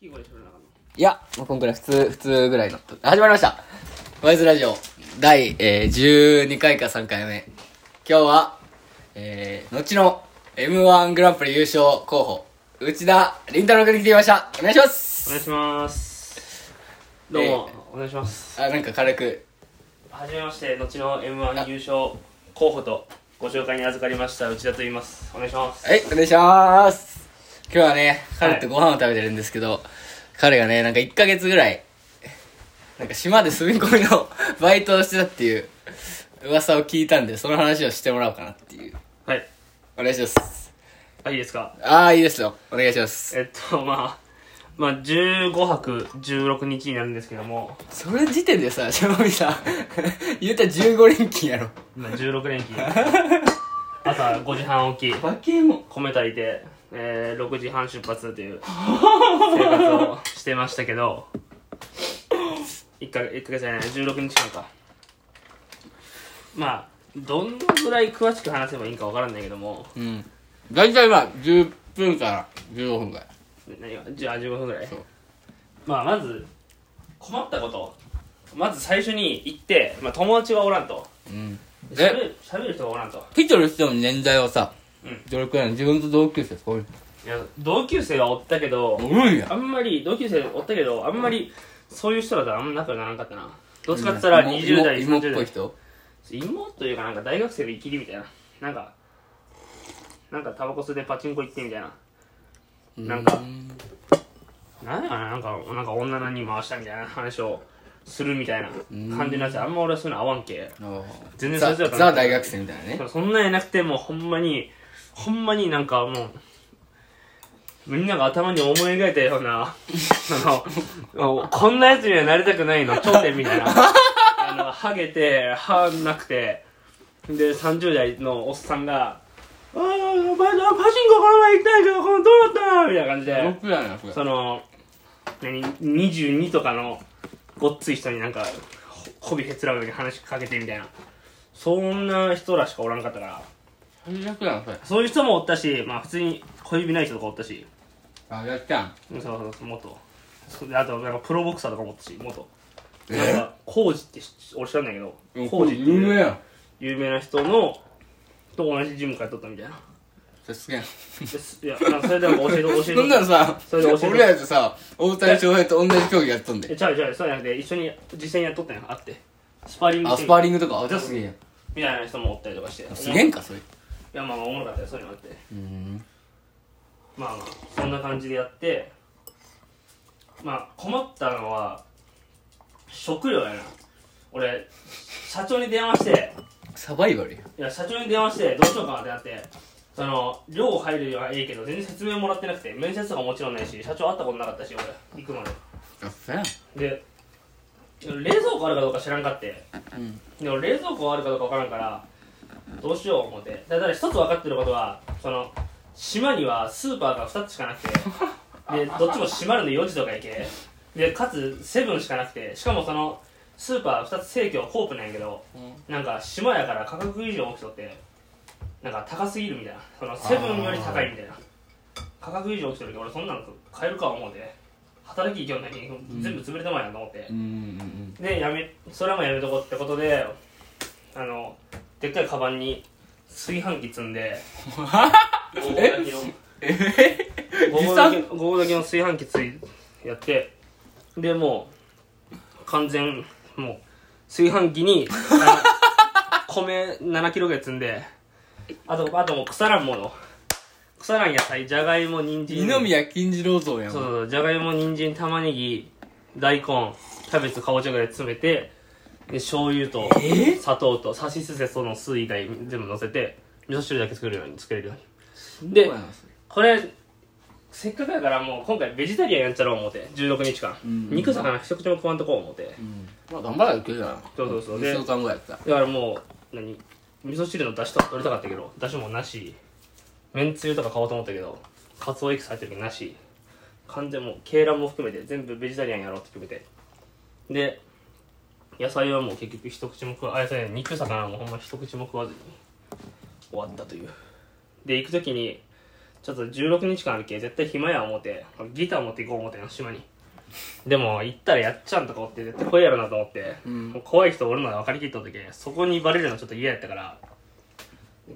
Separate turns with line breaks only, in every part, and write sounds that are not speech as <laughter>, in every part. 季語で喋らなあかんの
いや、まあ、こんくらい普通、普通ぐらいの。始まりました。ワイズラジオ、第、えー、12回か3回目。今日は、えー、後の M1 グランプリ優勝候補、内田凛太郎君に来てみました。お願いしま
お
す
願いしますどうも、お願いします
あ、なんか軽く、
はじめまして後の m 1優勝候補とご紹介に預かりました内田と言いますお願いします
はい、お願いします。今日はね、彼とご飯を食べてるんですけど、彼がね、なんか1ヶ月ぐらい、なんか島で住み込みの <laughs> バイトをしてたっていう噂を聞いたんで、その話をしてもらおうかなっていう。
はい
お願いします。
あいいですか
ああ、いいですよ。お願いします。
えっとまあまあ15泊16日になるんですけども、
それ時点でさ、しゃもみさん、
<laughs>
言うたら15連勤やろ。
まあ、16連 <laughs> 勤朝5時半起き
バケモン。
米炊いて、えー、6時半出発と
<laughs>
いう生活をしてましたけど1か1ヶ月じゃない16日間かまあどのぐらい詳しく話せばいいんか分からんないけども
うん。だいたいまあ、10分から15分ぐらい。
何がじゃあ15分ぐらい
そう
まあまず困ったことまず最初に行って、まあ、友達がおらんと
うん。
しゃべ
え、
る喋る人がおらんと
ピトルしての年代はさ、
うん
どれくらいなの自分と同級生ですかおる
いや同級生がおったけど
んや。
あんまり同級生おったけどあんまりそういう人らとあんま仲良くならんかったなどっちかって言ったら
芋
20代
芋芋っ
30
ぽい
代
人
妹というかなんか大学生の生きりみたいななんかなんかタバコ吸ってパチンコ行ってみたいななんか
うーん
なんやななんかなんか女何人回したみたいな話をするみたいな感じのやつあんま俺はそういうの合わんけ
あー
全然そ
ザ
いつらと
ザ大学生みたいなね。
そんなんやなくてもうほんまにほんまになんかもうみんなが頭に思い描いたようなあのこんなやつにはなりたくないの頂点みたいなあのハゲて歯なくてで30代のおっさんが「ああパチンコこの前行ったんやけどこのどうだったの?」みたいな感じで
僕らな、僕ら。
その何22とかのごっつい人になんかほこびへつらうように話しかけてみたいなそんな人らしかおらんかったから
最悪なの、それ。
そういう人もおったしまあ普通に小指ない人とかおったし
あ、やっちゃん。
そうそうそう元そであとなんかプロボクサーとかもおったし元
え
なんかコージって知俺知らんだけどコージって
有名
いう
やん。
有名な人のと同じジム通っとったみたい
<laughs>
な
それすげえな。
ですいやなんかそれでなんか教えて教えて
そんなのさ
それで教え、て
俺らとさ、大谷翔平と同じ競技やっとんで。
えちゃうちゃうそうじゃなくて一緒に実際にやっとったんやあってスパーリング
あ、
して
ス
み
パ
た
ーリングとか、あ、じゃあすげえやん。
みたいな人もおったりとかして
すげえんか、それ。
いやまあまあおもろかったよそういうのあって
うん。
まあまあそんな感じでやってまあ困ったのは食料やな俺社長に電話して
サバイバルやん。
いや社長に電話してどうしようかなってなってその寮入るよはいいけど全然説明もらってなくて面接とかもちろんないし社長会ったことなかったし俺行くまで
あ、そうやん。
で冷蔵庫あるかどうか知らんかって、
うん
でも冷蔵庫あるかどうか分からんからどうしよう思ってだから一つ分かってることはその島にはスーパーが2つしかなくてでどっちも閉まるの4時とか行けでかつセブンしかなくてしかもそのスーパー2つ生協コープなんやけど、なんか島やから価格以上起きとってなんか高すぎるみたいなそのセブンより高いみたいな価格以上起きとるけど俺そんなの買えるか思うて働き行きよんだけに全部潰れてまいやんと思って
う、んうん
でやめそれはもうやめとこうってことであのでっかいカバンに炊飯器積んで5合炊きの5合炊きの5合炊きの炊飯器ついやってでもう完全もう炊飯器に <laughs> あの米7キロぐらい積んであとあともう腐らんもの腐らん野菜じゃがいも人参
二宮金次郎像やん。
そうそうそうじゃがいも人参玉ねぎ大根キャベツかぼちゃぐらい詰めてで醤油と
え
砂糖とさしすせその酢以外全部乗せて味噌汁だけ作れるように作れるようにで
そうやなそれ
これせっかくやからもう今回ベジタリアンやっちゃろう思って16日間、
ん
肉魚一口も食わんとこう思って、
うん。まあ、頑張らなきゃいけないな。
そうそうそう
二
で
週間後やった。
だからもう何味噌汁の出汁とか取りたかったけど出汁もなしめんつゆとか買おうと思ったけどかつおエキス入ってる時なし完全もう鶏卵も含めて全部ベジタリアンやろうって決めてで野菜はもう結局一口も食わあ野菜肉魚もほんま一口も食わずに終わったというで行く時にちょっと16日間あるけ絶対暇や思てギター持って行こう思てん島にでも行ったらやっちゃんとかおって絶対怖いやろなと思って、
ん
もう怖い人おるのが分かりきっとったけそこにバレるのちょっと嫌やったから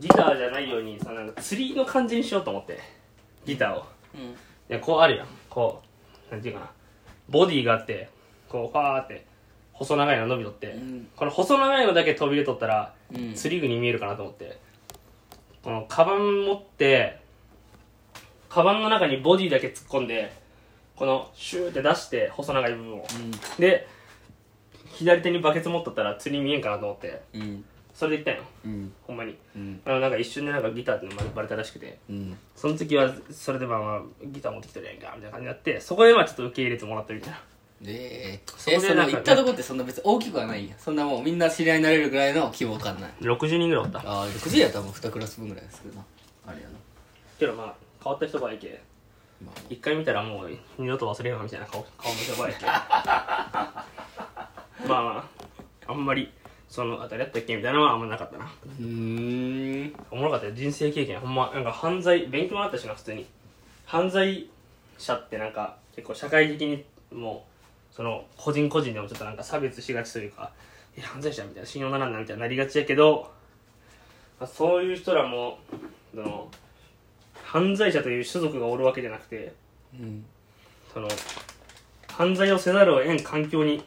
ギターじゃないようにさなんか釣りの感じにしようと思ってギターを
うん
いやこうあるやんこうなんていうかなボディがあってこうファーって細長いの伸びとって、
ん
この細長いのだけ飛び出とったら
うん
釣り具に見えるかなと思ってこのカバン持ってカバンの中にボディだけ突っ込んでこのシューって出して細長い部分をで左手にバケツ持っとったら釣り見えんかなと思って
うん
それで行ったんよ
うん
ほんまに
うん
あのなんか一瞬でなんかギターってのバレたらしくて
うん
その時はそれでまあまあギター持ってきてるやんかみたいな感じになってそこでまあちょっと受け入れてもらったみたいな
で
そこで
えそ
な
の
んか
行ったとこってそんな別に大きくはないんやそんなもうみんな知り合いになれるぐらいの規模感ない
60人ぐらいおった
ああ6時やったらもう2クラス分ぐらいですけどなあれやな
けどまあ変わった人ばいけ
まあ
一回見たらもう二度と忘れようみたいな顔顔の人ばい <laughs> けまあまああんまりそのあたりやったっけみたいなのはあんまなかったな
うーん
おもろかったよ人生経験ほんまなんか犯罪勉強もあったしな普通に犯罪者ってなんか結構社会的にもうその個人個人でもちょっとなんか差別しがちというかいや犯罪者みたいな信用ならんなみたいになりがちやけど、まあ、そういう人らもその犯罪者という種族がおるわけじゃなくて
うん
その犯罪をせざるを得ん環境に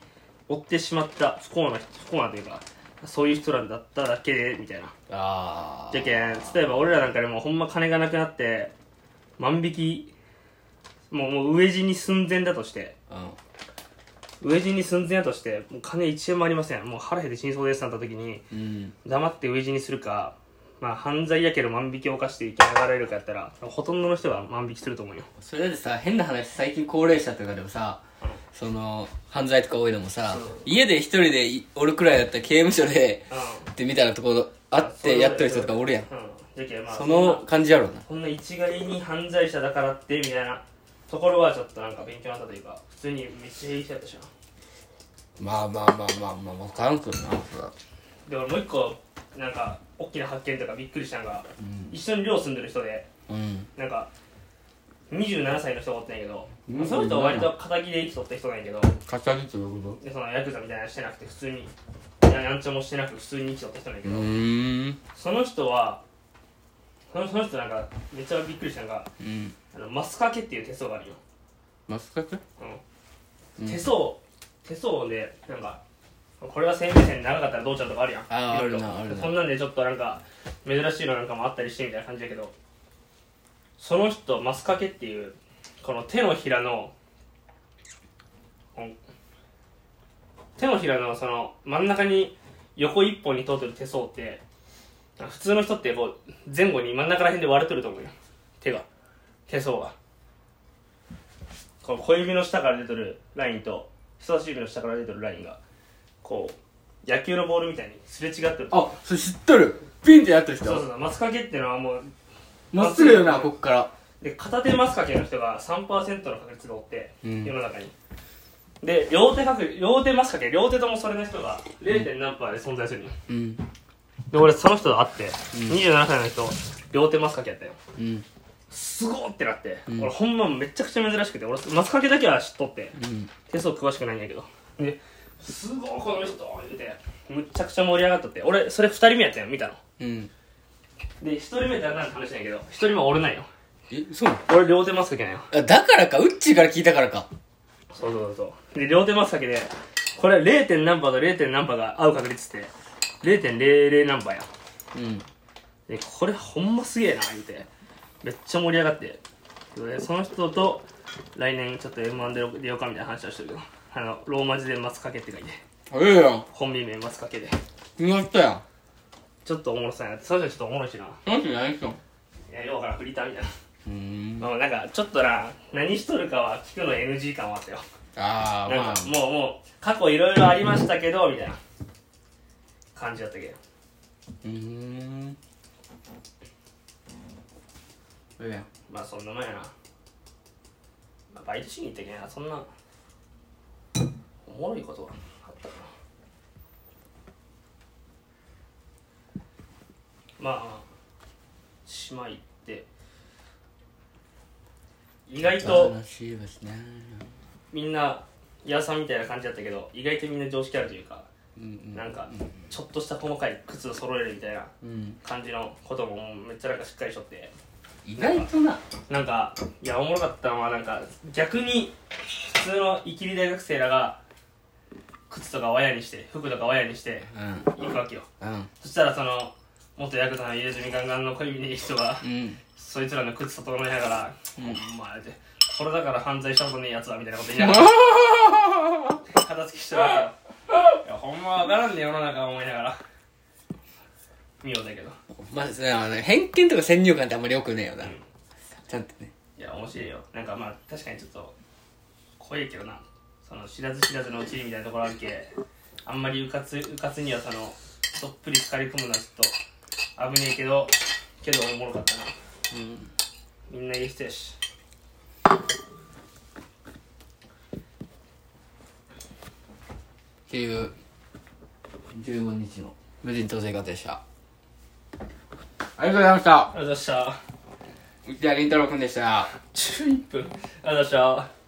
追ってしまった不幸な人不幸なというかそういう人らだっただけでみたいな
ああ
じゃけん例えば俺らなんかでもほんま金がなくなって万引きもうもう飢え死に寸前だとして
うん
飢え死に寸前だとしてもう金1円もありませんもう腹減って死にそうですなった時に
うん
黙って飢え死にするかまあ犯罪やけど万引きを犯して生きながられるかやったらほとんどの人は万引きすると思うよ
それだってさ変な話最近高齢者とかでもさその犯罪とか多いのもさ
そう
家で一人でいおるくらいだったら刑務所でってみたいなところあってやってる人とかおるやん
うん、うん、じゃけんまあ
その感じやろうな
こんな一概に犯罪者だからってみたいなところはちょっとなんか勉強になったというか普通にめっちゃいい人やったしな
まあまあまあまあまあ分からんくんな
で俺もう一個なんか大きな発見とかびっくりしたのが、一緒に寮住んでる人で
うん
なんか27歳の人がおってんやけど、その人は割と仇で生きとった人なんやけど
勝ち上げてるこ
でそのヤクザみたいなのしてなくて普通にややんちゃもしてなく普通に生きとった人なんやけ
う
ど、
ーん
その人はそのその人なんかめっちゃびっくりしたのが
うん
あのマスカケっていう手相があるよ
マスカケ
うん、手相手相でなんかこれは生命線長かったらどうちゃうとかあるやん
あー
いろいろ
あるなあるな
そんなんでちょっとなんか珍しいのなんかもあったりしてみたいな感じだけどその人マスカケっていうこの手のひらのこの手のひらのその真ん中に横一本に通ってる手相って普通の人ってこう前後に真ん中ら辺で割れてると思うよ手が手相がこの小指の下から出てるラインと人差し指の下から出てるラインがこう野球のボールみたいにすれ違ってると
あそれ知っとるピンってやっとる
そうそう
人
そうマスカケっていうのはもう
まっすぐよなこっから
で片手マスカケの人が3%の確率がおって、
うん
世の中にで両手確率両手マスカケ両手ともそれの人が 0. 点何パーで存在するのよ
うん
で俺その人と会って、27歳の人両手マスカケやったよ
うん
すごーってなって、
うん
俺ほんまめちゃくちゃ珍しくて俺マスカケだけは知っとって、
うん
手相詳しくないんだけどですごいこの人言うてむっちゃくちゃ盛り上がっとって俺それ2人目やったよ見たの
うん
で1人目だんだん話したんやけど1人目は俺なんよ
えそうなの
俺両手マスクけないよ
あだからかウッチーから聞いたからか
そうそうそうで両手マスクけでこれ 0. 点何パーと 0. 点何パーが合う確率って0.00何パーや
うん
でこれほんますげえな言うてめっちゃ盛り上がってでその人と来年ちょっと m 1で出ようかみたいな話をしてるけどあのローマ字で「マスカケ」って書いて
ええやん
コンビ名マスカケで
決まったやん
ちょっとおもろそうやなってその人ちょっとおもろいしな
なんでない人
いや、ようからんフリーターみたいな。
うん
まあ、なんか、ちょっとな、何しとるかは聞くの NG 感はあったよ。
ああま
な
あ
んか、もう、もう、過去いろいろありましたけど、みたいな感じだったけど。
うんええやん
まあ、そんなもんやな。まあ、バイトしに行ったけどな、そんな、おもろいことはあったかな。まあ、島行って、意外と
悲しいですね
みんな矢さんみたいな感じだったけど意外とみんな常識あるというか
うんうん
なんかちょっとした細かい靴を揃えるみたいな
うん
感じのことももうめっちゃなんかしっかりしとって
意外とな
なんかいやおもろかったのはなんか逆に普通のイキリ大学生らが靴とかワヤにして服とかワヤにして
うん
行くわけよ
うん
そしたらその元ヤクザの入れ墨ガンガンの小指にいる人が
<laughs> うん
そいつらの靴整えながら「
うん
お前」って「これだから犯罪したことねえやつだ」みたいなこと言いながら片付けしてるわけよいやほんまわからんね世の中思いながら見ようだけど
まあそれはね偏見とか先入観ってあんまり良くねえよなちゃんとね
いや面白いよなんかまあ確かにちょっと怖いけどなその知らず知らずのうちにみたいなところあるけあんまりうかつうかつにはそのどっぷり浸かり込むのはちょっと危ねえけどけどおもろかったな
うん
みんないい人やし
っていう15日の無人島生活でしたありがとうございました
ありがとうございました
内田凛太郎くんでした
11分ありがとうございました